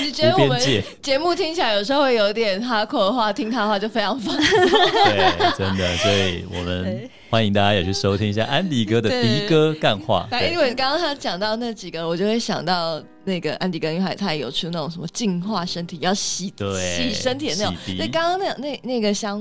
Speaker 2: 你觉得
Speaker 1: 无
Speaker 2: 我
Speaker 1: 边
Speaker 2: 们
Speaker 1: 界，
Speaker 2: 节目听起来有时候 会有点哈扣的话，听他的话就非常放松。
Speaker 1: 对，真的，所以我们
Speaker 3: 对
Speaker 1: 欢迎大家也去收听一下安迪哥的迪哥干话。
Speaker 2: 反正因为刚刚他讲到那几个，我就会想到那个安迪跟云海，他有出那种什么净化身体，要洗
Speaker 1: 对
Speaker 2: 洗身体的那种
Speaker 1: 洗涤。
Speaker 2: 对，刚刚那那那个香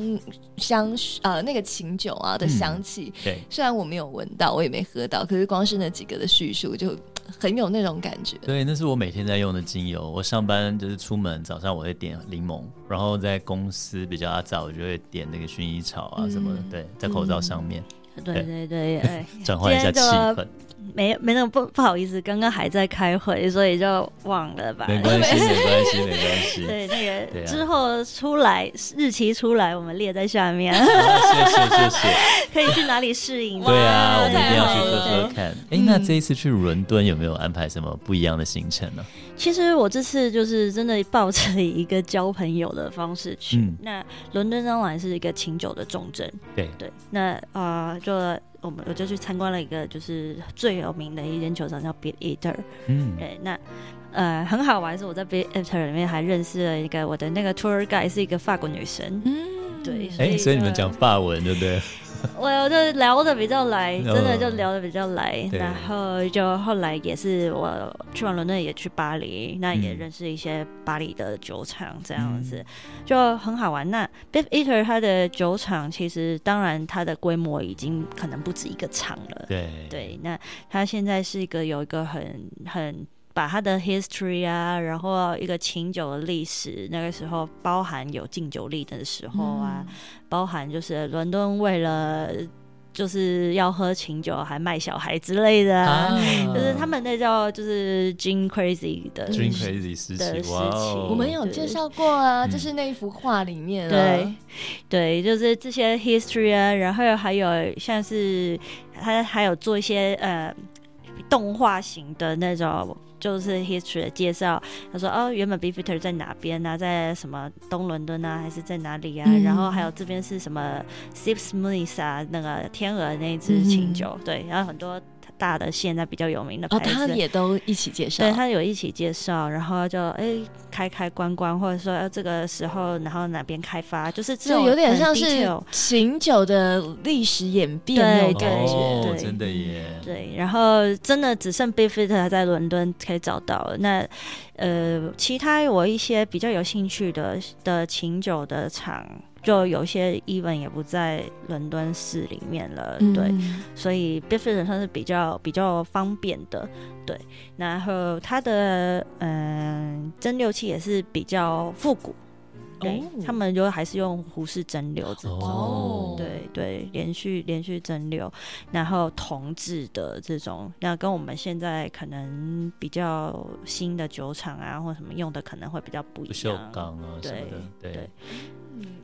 Speaker 2: 香呃那个琴酒啊的香气，
Speaker 1: 对，
Speaker 2: 虽然我没有闻到，我也没喝到，可是光是那几个的叙述就很有那种感觉。
Speaker 1: 对，那是我每天在用的精油。我上班就是出门，早上我会点柠檬，然后在公司比较早，我就会点那个薰衣草啊什么的。
Speaker 2: 嗯
Speaker 1: 对，在口罩上面、
Speaker 3: 对对对，哎，
Speaker 1: 转换一下气
Speaker 3: 嗯今天
Speaker 1: 氛，
Speaker 3: 没没那么不不好意思，刚刚还在开会，所以就忘了吧。
Speaker 1: 没关系，没关系，没关系。
Speaker 3: 对，那
Speaker 1: 对啊
Speaker 3: 个之后出来日期出来，我们列在下面，
Speaker 1: 啊谢谢，谢谢。
Speaker 3: 可以去哪里试饮？
Speaker 1: 对啊，我们一定要
Speaker 2: 太
Speaker 1: 去
Speaker 2: 好
Speaker 1: 喝
Speaker 2: 了
Speaker 1: 喝看。哎、那这一次去伦敦有没有安排什么不一样的行程呢？
Speaker 3: 其实我这次就是真的抱着 一个交朋友的方式去。
Speaker 1: 嗯
Speaker 3: 那伦敦当然是一个清酒的重镇，
Speaker 1: 对
Speaker 3: 对。那啊、呃就我们我就去参观了一个就是最有名的一间酒厂叫 Bit Eater，
Speaker 1: 嗯，
Speaker 3: 对，那。呃，很好玩，是我在 Bit Eater 里面还认识了一个我的那个 tour guide 是一个法国女生，
Speaker 2: 嗯，
Speaker 3: 对
Speaker 1: 哎、
Speaker 3: 所以
Speaker 1: 所以你们
Speaker 3: 呢
Speaker 1: 讲法文对不对？
Speaker 3: 我就聊的比较来，
Speaker 1: 嗯
Speaker 3: 真的就聊的比较来，
Speaker 1: 对
Speaker 3: 然后就后来也是我去完伦敦也去巴黎，那也
Speaker 1: 嗯
Speaker 3: 认识一些巴黎的酒厂这样子，
Speaker 1: 嗯
Speaker 3: 就很好玩。那 Beef Eater 它的酒厂其实当然它的规模已经可能不止一个厂了，
Speaker 1: 对
Speaker 3: 对，那它现在是一个有一个很很。把它的 history 啊，然后一个琴酒的历史，那个时候包含有禁酒令的时候啊，
Speaker 1: 嗯
Speaker 3: 包含就是伦敦为了就是要喝琴酒还卖小孩之类的、啊，就是他们那叫就是 gin crazy 的
Speaker 1: Dream 嗯 Crazy 时
Speaker 3: 的
Speaker 1: 期，
Speaker 3: 时期
Speaker 1: 哇哦，
Speaker 2: 我们有介绍过啊，
Speaker 1: 对
Speaker 2: 就是那一幅画里面、啊，
Speaker 3: 对对，就是这些 history 啊，然后还有像是他还有做一些呃动画型的那种。就是 history 的介绍，他说哦，原本 Beefeater 在哪边啊，在什么东伦敦啊，还是在哪里啊？
Speaker 2: 嗯
Speaker 3: 然后还有这边是什么 Sip Smith 啊，那个天鹅那一
Speaker 2: 嗯
Speaker 3: 支清酒，对，然后很多大的现在比较有名的牌
Speaker 2: 哦，
Speaker 3: 子，
Speaker 2: 他也都一起介绍，
Speaker 3: 对他有一起介绍，然后就哎、开开关关，或者说、呃、这个时候然后哪边开发，就是这
Speaker 2: 就
Speaker 3: 种
Speaker 2: 有点
Speaker 3: 很
Speaker 2: 像是
Speaker 3: detail
Speaker 2: 醒酒的历史演变那种
Speaker 3: 对
Speaker 2: 感觉。
Speaker 1: 哦，
Speaker 3: 对嗯
Speaker 1: 真的耶，
Speaker 3: 对，然后真的只剩 Bifit 在伦敦可以找到了。那呃，其他我一些比较有兴趣的的琴酒的厂，就有些 even 也不在伦敦市里面了。对，
Speaker 2: 嗯
Speaker 3: 所以 Bifit 算是比较比较方便的。对，然后它的嗯、蒸馏器也是比较复古。对，
Speaker 2: 哦
Speaker 3: 他们就还是用胡适蒸馏这种。
Speaker 1: 哦，
Speaker 3: 对对，连续连续蒸馏，然后同质的这种，那跟我们现在可能比较新的酒厂啊，或什么用的可能会比较不一
Speaker 1: 不锈
Speaker 3: 样。
Speaker 1: 钢啊什么的，对
Speaker 3: 对对，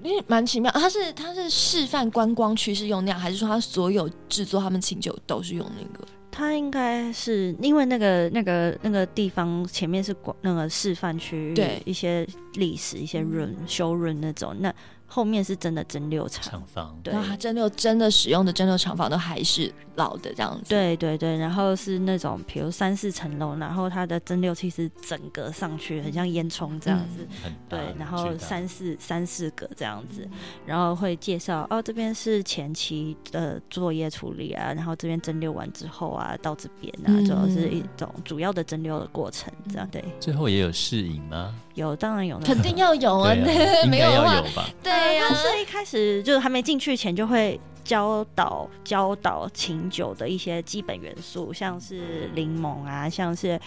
Speaker 2: 因为蛮奇妙，他是他是示范观光区是用那样，还是说他所有制作他们清酒都是用那个？
Speaker 3: 它应该是因为那个那个那个地方前面是广那个示范区，
Speaker 2: 对嗯
Speaker 3: 一些历史、一些润修润那种，那后面是真的蒸馏厂
Speaker 1: 厂。房，
Speaker 3: 对
Speaker 2: 然后他蒸馏真的使用的蒸馏厂房都还是老的这样子。，
Speaker 3: 对对对，然后是那种比如三四层楼，然后它的蒸馏器是整个上去，很像烟囱这样子。
Speaker 2: 嗯
Speaker 1: 很大
Speaker 3: 对
Speaker 1: 很，
Speaker 3: 然后
Speaker 1: 啊巨大
Speaker 3: 三四三四个这样子，然后会介绍哦，这边是前期的作业处理啊，然后这边蒸馏完之后啊，到这边啊，
Speaker 2: 嗯
Speaker 3: 主要是一种主要的蒸馏的过程，这样对，
Speaker 1: 最后也有试饮吗？
Speaker 3: 有当然有那
Speaker 2: 肯
Speaker 3: 种。
Speaker 2: 定要有啊，
Speaker 1: 对啊，应
Speaker 2: 没
Speaker 1: 该
Speaker 2: 有的
Speaker 1: 要
Speaker 2: 话，
Speaker 1: 有吧？
Speaker 2: 对啊呀、
Speaker 3: 但是一开始就是还没进去前就会教导教导琴酒的一些基本元素，像是柠檬啊，像是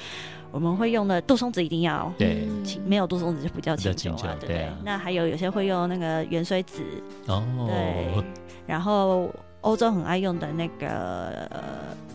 Speaker 3: 我们会用的杜松子一定要，
Speaker 1: 对，
Speaker 3: 琴嗯没有杜松子就不叫
Speaker 1: 不叫
Speaker 3: 琴酒
Speaker 1: 琴酒
Speaker 3: 啊，对不
Speaker 1: 对
Speaker 3: 对
Speaker 1: 啊？
Speaker 3: 那还有有些会用那个圆水子，对
Speaker 1: 哦，，
Speaker 3: 然后欧洲很爱用的那个、呃、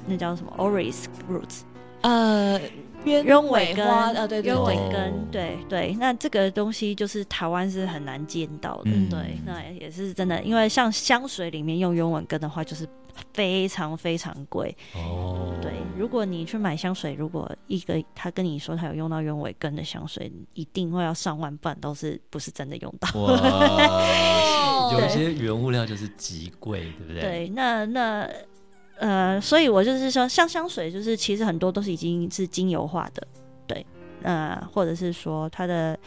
Speaker 3: 那叫什么 oris roots
Speaker 2: 呃，鸢
Speaker 3: 鸢
Speaker 2: 尾
Speaker 3: 尾根
Speaker 2: 花，呃，对对
Speaker 3: 鸢
Speaker 2: 对
Speaker 3: 尾
Speaker 1: 哦
Speaker 3: 根，对对，那这个东西就是台湾是很难见到的，
Speaker 1: 嗯
Speaker 3: 对，那也是真的，因为像香水里面用鸢尾根的话，就是非常非常贵，
Speaker 1: 哦，
Speaker 3: 对，如果你去买香水，如果一个他跟你说他有用到鸢尾根的香水，一定会要上万，不然都是不是真的用到。
Speaker 1: 哇，有一
Speaker 3: 对
Speaker 1: 些原物料就是极贵，对不对？
Speaker 3: 对，那那呃，所以我就是说，像香水，就是其实很多都是已经是精油化的，对，呃，或者是说它的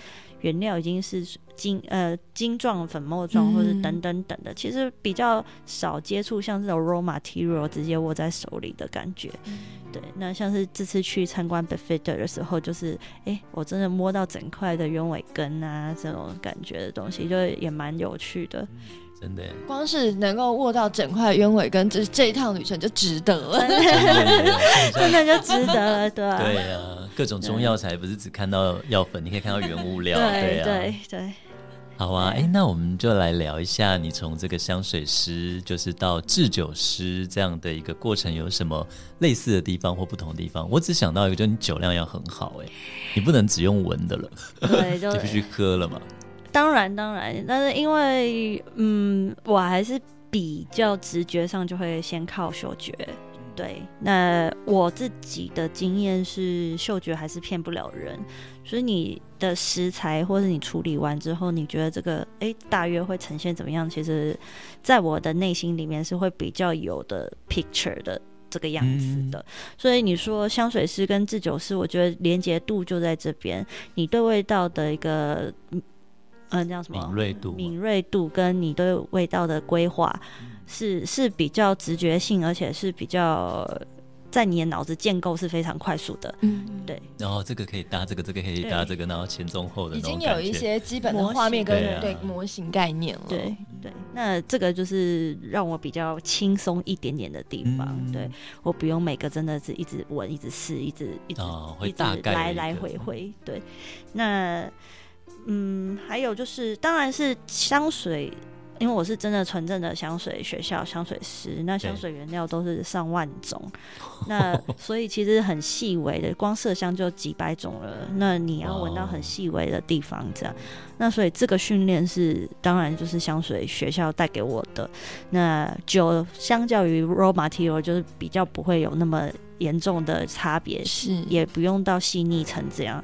Speaker 3: 原料已经是晶呃晶状、粉末状，或者
Speaker 2: 嗯
Speaker 3: 等等等的，其实比较少接触像这种 raw material 直接握在手里的感觉。对，那像是这次去参观 Befit 的时候，就是哎、诶我真的摸到整块的鸢尾根啊，这种感觉的东西，就也蛮有趣的。
Speaker 1: 真的耶，
Speaker 2: 光是能够握到整块鸢尾根，这这一趟旅程就值得了。
Speaker 1: 真的 耶
Speaker 3: 真的就值得了，对吧、
Speaker 1: 对啊，各种中药材不是只看到药粉，你可以看到原物料，
Speaker 3: 对
Speaker 1: 啊。
Speaker 3: 对对，
Speaker 1: 好啊，哎、
Speaker 3: 对
Speaker 1: 那我们就来聊一下，你从这个香水师，就是到制酒师这样的一个过程，有什么类似的地方或不同的地方？我只想到一个，就是你酒量要很好、哎，你不能只用闻的了，
Speaker 3: 对，
Speaker 1: 你必须
Speaker 3: 就
Speaker 1: 喝了嘛。
Speaker 3: 当然当然，但是因为嗯，我还是比较直觉上就会先靠嗅觉。对，那我自己的经验是，嗅觉还是骗不了人，所以你的食材或者你处理完之后，你觉得这个诶大约会呈现怎么样？其实，在我的内心里面是会比较有的 picture 的这个样子的。所以你说香水师跟制酒师，我觉得连结度就在这边，你对味道的一个嗯、呃，叫什么
Speaker 1: 敏锐度嘛，
Speaker 3: 敏锐度跟你对味道的规划
Speaker 1: 嗯
Speaker 3: 是是比较直觉性，而且是比较在你的脑子建构是非常快速的。
Speaker 2: 嗯，
Speaker 3: 对，
Speaker 1: 然哦后这个可以搭这个，这个可以搭这个，然后前中后的
Speaker 2: 已
Speaker 1: 那种
Speaker 2: 经
Speaker 1: 感觉。
Speaker 2: 有一些基本的
Speaker 3: 模型
Speaker 2: 画面跟
Speaker 1: 对啊
Speaker 2: 对模型概念了。
Speaker 3: 对
Speaker 1: 哦
Speaker 3: 对，那这个就是让我比较轻松一点点的地方。
Speaker 1: 嗯
Speaker 3: 对我不用每个真的是一直闻、一直试、一直一直、
Speaker 1: 哦会
Speaker 3: 一直
Speaker 1: 大概有
Speaker 3: 来
Speaker 1: 一个
Speaker 3: 来回回。对，那嗯，还有就是，当然是香水。因为我是真的纯正的香水学校香水师，那香
Speaker 1: 对
Speaker 3: 水原料都是上万 种，那所以其实很细微的，光麝香就几百种了。那你要闻到
Speaker 1: 哇哦
Speaker 3: 很细微的地方，这样。那所以这个训练是，当然就是香水学校带给我的。那酒相较于 raw material 就是比较不会有那么严重的差别，
Speaker 2: 是
Speaker 3: 也不用到细腻成这样。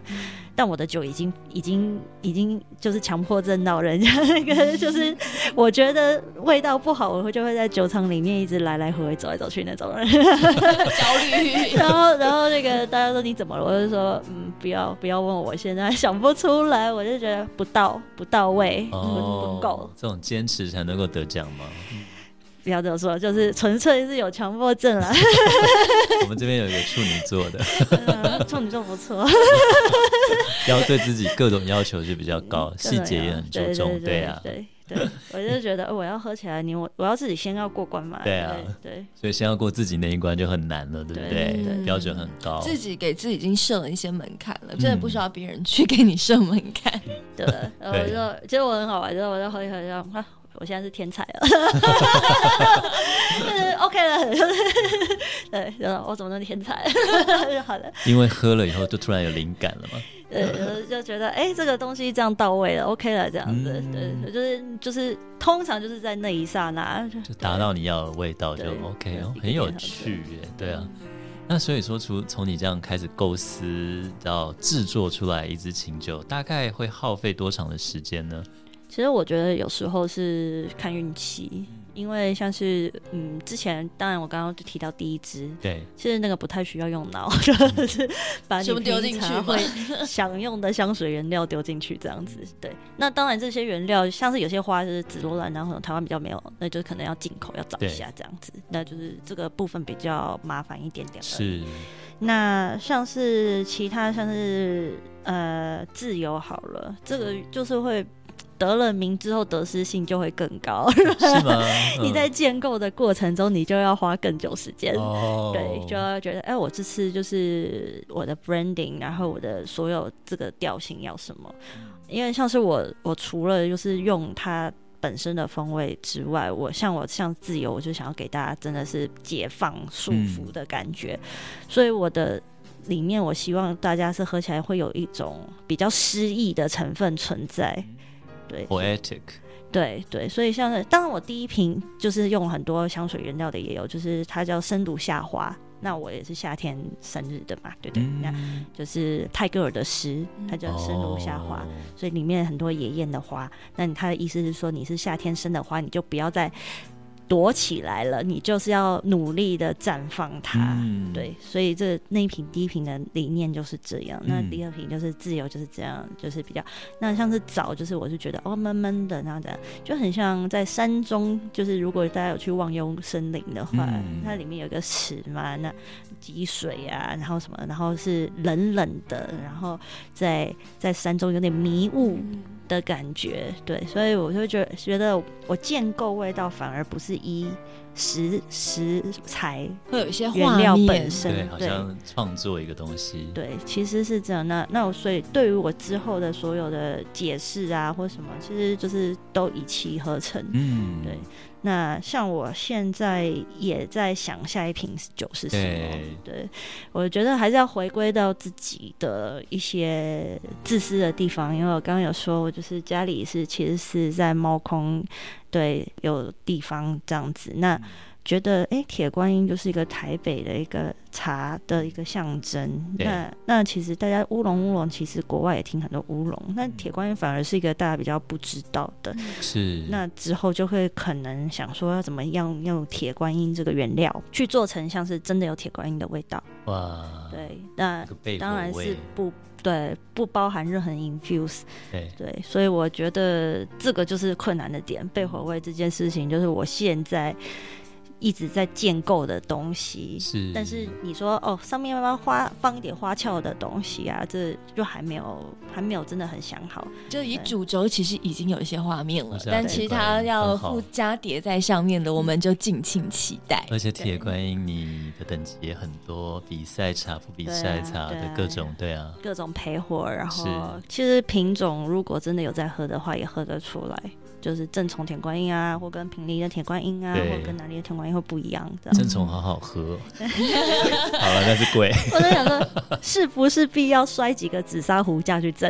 Speaker 3: 但我的酒已经已经已经就是强迫症到人家 那个，就是我觉得味道不好，我会就会在酒厂里面一直来来回回走来走去那种人。
Speaker 2: 焦 虑。
Speaker 3: 然后，然后那个大家说你怎么了？我就说，嗯，不要不要问我，现在想不出来。我就觉得不到不到位，不
Speaker 1: 哦
Speaker 3: 不够，，
Speaker 1: 这种坚持才能够得奖吗？
Speaker 3: 不要这么说，就是纯粹是有强迫症啦。
Speaker 1: 我们这边有一个处女座 的，
Speaker 3: 嗯处女座 不错，
Speaker 1: 要对自己各种要求是比较高，细节也很注重，
Speaker 3: 对对
Speaker 1: 对啊。
Speaker 3: 对对，对我就觉得呃我要喝起来，你我我要自己先要过关嘛。
Speaker 1: 对啊
Speaker 3: 对
Speaker 1: 所以先要过自己那一关就很难了，对不对？
Speaker 3: 对
Speaker 2: 对
Speaker 1: 标准很高。
Speaker 2: 自己给自己已经设了一些门槛
Speaker 1: 嗯
Speaker 2: 了，真的不需要别人去给你设门槛。
Speaker 3: 对对，然后我就其实我很好玩，就是我就喝一喝，然后啊，我现在是天才了， 就是 OK 了， 就是对，然后我怎么能天才？ 就好了。
Speaker 1: 因为喝了以后就突然有灵感了嘛。
Speaker 3: 对，就是就觉得哎、这个东西这样到位了，OK 了，这样子，
Speaker 1: 嗯
Speaker 3: 对，就是就是，通常就是在那一刹那
Speaker 1: 就达到你要的味道就
Speaker 3: 对
Speaker 1: OK 哦，
Speaker 3: 对
Speaker 1: 很有趣耶，对啊。那所以说，除从你这样开始构思到制作出来一支琴酒，大概会耗费多长的时间呢？
Speaker 3: 其实我觉得有时候是看运
Speaker 2: 嗯
Speaker 3: 气，因为像是嗯，之前当然我刚刚就提到第一支，
Speaker 1: 对，
Speaker 3: 其实那个不太需要用脑， 就是把
Speaker 2: 嗯
Speaker 3: 你
Speaker 2: 全部丢进去
Speaker 3: 平
Speaker 2: 吗
Speaker 3: 常会想用的香水原料丢进去这样子。对，那当然这些原料像是有些花就是紫罗兰，然后台湾比较没有，那就可能要进口要找一下这样子，那就是这个部分比较麻烦一点点。。
Speaker 1: 是，
Speaker 3: 那像是其他像是呃自由好了，这个就是会得了名之后得失性就会更高。
Speaker 1: 是吗？嗯
Speaker 3: 你在建构的过程中，你就要花更久时间。
Speaker 1: 哦，
Speaker 3: 对，就要觉得，哎、我这次就是我的 branding，然后我的所有这个调性要什么？因为像是我，我除了就是用它本身的风味之外，我像我像自由，我就想要给大家真的是解放束缚的感觉，所以我的。里面我希望大家是喝起来会有一种比较诗意的成分存在，对
Speaker 1: poetic，
Speaker 3: 对对，所以像是当然我第一瓶就是用很多香水原料的也有，就是它叫深度夏花。那我也是夏天生日的嘛，对不对？那
Speaker 1: 嗯，
Speaker 3: 就是泰戈尔的诗，它叫深度夏花，
Speaker 1: 哦
Speaker 3: 所以里面很多野艳的花。那你它的意思是说，你是夏天生的花，你就不要再躲起来了，你就是要努力的绽放它。
Speaker 1: 嗯
Speaker 3: 啊对，所以这那一瓶低频的理念就是这样，那
Speaker 1: 嗯
Speaker 3: 第二瓶就是自由就是这样，就是比较那像是早，就是我是觉得哦闷闷的那样的，就很像在山中，就是如果大家有去忘忧森林的话，
Speaker 1: 嗯
Speaker 3: 它里面有一个池嘛，那积水啊，然后什么，然后是冷冷的，然后在在山中有点迷雾。的感觉，对，所以我就觉得觉得我建构味道反而不是依食食材
Speaker 2: 会有一些
Speaker 3: 原
Speaker 2: 画
Speaker 3: 料
Speaker 2: 面
Speaker 3: 本，身
Speaker 1: 对，好像创作一个东西，
Speaker 3: 对，其实是这样。那那我所以对于我之后的所有的解释啊，或什么，其实就是都一气呵成。
Speaker 1: 嗯，
Speaker 3: 对那像我现在也在想下一瓶酒是什么
Speaker 1: 对。
Speaker 3: 对，我觉得还是要回归到自己的一些自私的地方，因为我刚刚有说，我就是家里是其实是在猫空，对，有地方这样子。那
Speaker 1: 嗯
Speaker 3: 觉得哎，诶铁观音就是一个台北的一个茶的一个象征。
Speaker 1: 对
Speaker 3: 那那其实大家乌龙乌龙，其实国外也听很多乌龙，那铁观音反而是一个大家比较不知道的。
Speaker 1: 嗯是
Speaker 3: 那之后就会可能想说要怎么样用铁观音这个原料去做成像是真的有铁观音的味道。
Speaker 1: 哇，
Speaker 3: 对，那
Speaker 1: 那个贝
Speaker 3: 当
Speaker 1: 果
Speaker 3: 然是
Speaker 1: 啊味
Speaker 3: 不对，不包含任何 infuse。
Speaker 1: 对，
Speaker 3: 对，所以我觉得这个就是困难的点，被
Speaker 1: 嗯
Speaker 3: 火味这件事情，就是我现在一直在建构的东西。
Speaker 1: 是，
Speaker 3: 但是你说哦，上面要不要花放一点花俏的东西啊？这就还没有，还没有真的很想好。
Speaker 2: 就以主轴其实已经有一些画面了
Speaker 1: 我，知道
Speaker 2: 但
Speaker 3: 对
Speaker 2: 其他要附加叠在上面的，我们就敬请期待。
Speaker 1: 而且铁观音你的等级也很多，比赛茶、不比赛茶
Speaker 3: 对啊对
Speaker 1: 的
Speaker 3: 啊
Speaker 1: 各种，对啊，
Speaker 3: 各种陪火，然
Speaker 1: 是
Speaker 3: 后其实品种如果真的有在喝的话，也喝得出来，就是正从铁观音啊，或跟平林的铁观音啊，
Speaker 1: 对
Speaker 3: 或跟哪里的铁观音会不一样。这
Speaker 1: 真
Speaker 3: 样，
Speaker 1: 虫好好喝哦，好了，那是贵，
Speaker 3: 我在想说，是不是必要摔几个紫砂壶下去蒸？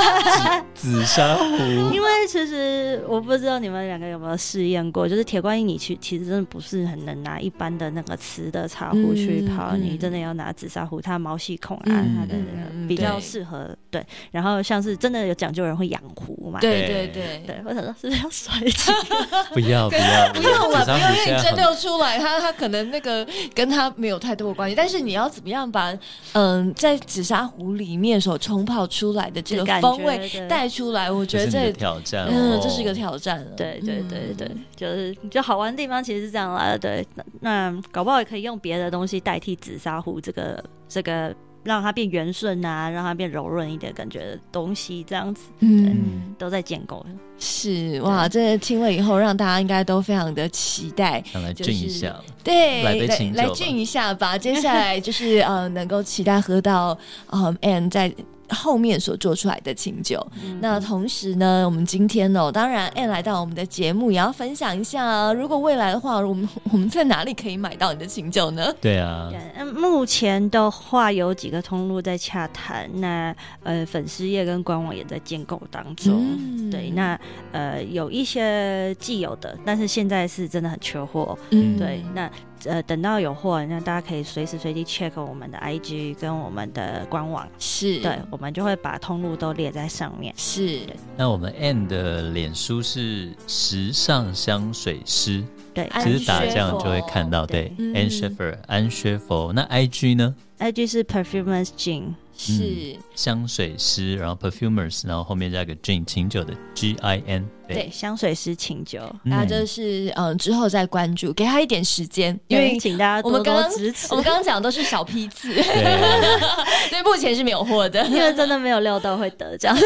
Speaker 1: 紫砂
Speaker 3: 因
Speaker 1: 壶，
Speaker 3: 为其实我不知道你们两个有没有试验过，就是铁观音，你去其实真的不是很能拿一般的那个瓷的茶壶去泡，
Speaker 2: 嗯嗯
Speaker 3: 你真的要拿紫砂壶，它毛细孔啊，
Speaker 2: 嗯
Speaker 3: 它的那
Speaker 2: 嗯嗯
Speaker 3: 个比较
Speaker 2: 对
Speaker 3: 适合对。然后像是真的有讲究人会养壶嘛，
Speaker 2: 对
Speaker 1: 对
Speaker 2: 对对，
Speaker 3: 对，我想说是不是要摔几
Speaker 1: 不要不 要
Speaker 2: 不用了，
Speaker 1: 紫砂
Speaker 2: 不用，
Speaker 1: 壶
Speaker 2: 因为
Speaker 1: 现
Speaker 2: 你
Speaker 1: 在
Speaker 2: 蒸
Speaker 1: 很
Speaker 2: 馏出来，它它可能那个跟它没有太多的关系。但是你要怎么样把嗯在紫砂壶里面所冲泡出来的这个
Speaker 3: 感觉
Speaker 2: 风味
Speaker 3: 对
Speaker 2: 带出来，我觉
Speaker 1: 这
Speaker 2: 得
Speaker 1: 是你的
Speaker 2: 这
Speaker 1: 挑战，
Speaker 2: 嗯
Speaker 1: 哦
Speaker 2: 这是一个，挑战了。
Speaker 3: 对对对对
Speaker 2: 嗯，
Speaker 3: 就是就好玩的地方其实是这样啦。对，那那搞不好也可以用别的东西代替紫砂壶这个这个，让它变圆顺啊，让它变柔润一点感觉的东西，这样子
Speaker 2: 嗯。
Speaker 3: 都在建构。
Speaker 2: 是哇，这听了以后，让大家应该都非常的期待。
Speaker 1: 想来
Speaker 2: 就
Speaker 1: 俊一
Speaker 2: 是
Speaker 1: 下，
Speaker 2: 对，
Speaker 1: 来杯清酒
Speaker 2: 来
Speaker 1: 吧
Speaker 2: 俊一下吧。接下来就是呃，能够期待喝到呃 Anne 在后面所做出来的清酒。那同时呢，我们今天呢、当然 Anne 来到我们的节目，也要分享一下、如果未来的话，我们 我们在哪里可以买到你的清酒呢？
Speaker 1: 对啊
Speaker 3: 对，嗯，目前的话有几个通路在洽谈，那呃粉丝页跟官网也在建构当中。
Speaker 2: 嗯
Speaker 3: 对，那呃有一些既有的，但是现在是真的很缺货，
Speaker 1: 嗯
Speaker 3: 对，那呃，等到有货，那大家可以随时随地 check 我们的 IG 跟我们的官网，
Speaker 2: 是，
Speaker 3: 对，我们就会把通路都列在上面。
Speaker 2: 是，
Speaker 1: 那我们 N 的脸书是时尚香水师，
Speaker 3: 对
Speaker 2: 安
Speaker 1: 其实打这样就会看到，
Speaker 3: 安
Speaker 1: 对
Speaker 3: 雪
Speaker 2: 佛
Speaker 1: ，N Sheffer
Speaker 2: 嗯
Speaker 1: 安薛佛，那 IG 呢？
Speaker 3: ，IG 是 Perfumes Gin，
Speaker 2: 是。
Speaker 1: 香水师，然后 perfumers，然后后面加个 gin 清酒的 G I N，
Speaker 2: 对
Speaker 3: 香水师请酒，
Speaker 1: 嗯
Speaker 2: 大家就是嗯，之后再关注，给他一点时间，因
Speaker 3: 因
Speaker 2: 为
Speaker 3: 为请大家
Speaker 2: 我们
Speaker 3: 多
Speaker 2: 刚
Speaker 3: 多
Speaker 2: 刚
Speaker 3: 支持
Speaker 2: 我。们刚刚讲的都是小批次，
Speaker 1: 对，
Speaker 2: 所以目前是没有货的。
Speaker 3: 因为真的没有料到会得奖，
Speaker 2: 啊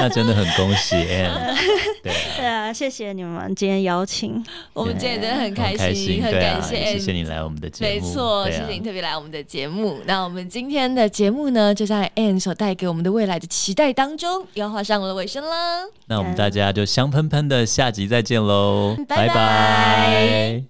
Speaker 1: 那真的很恭喜 N，对啊，
Speaker 3: 对啊，谢谢你们今天邀请，
Speaker 2: 我们今天真的 很开
Speaker 1: 很开
Speaker 2: 心，
Speaker 1: 心，
Speaker 2: 很
Speaker 1: 对
Speaker 2: 感
Speaker 1: 啊，
Speaker 2: 谢
Speaker 1: 也谢谢
Speaker 2: Anne
Speaker 1: 你来我们的节
Speaker 2: 没
Speaker 1: 目，
Speaker 2: 错，
Speaker 1: 对
Speaker 2: 谢
Speaker 1: 啊
Speaker 2: 谢你特别来我们的节目。那我们今天的节目呢，就在 Anne 所带给我们的未来的期待当中，要画上我的尾声啦。
Speaker 1: 那我们大家就香喷喷的下集再见喽，
Speaker 2: 拜拜
Speaker 1: 拜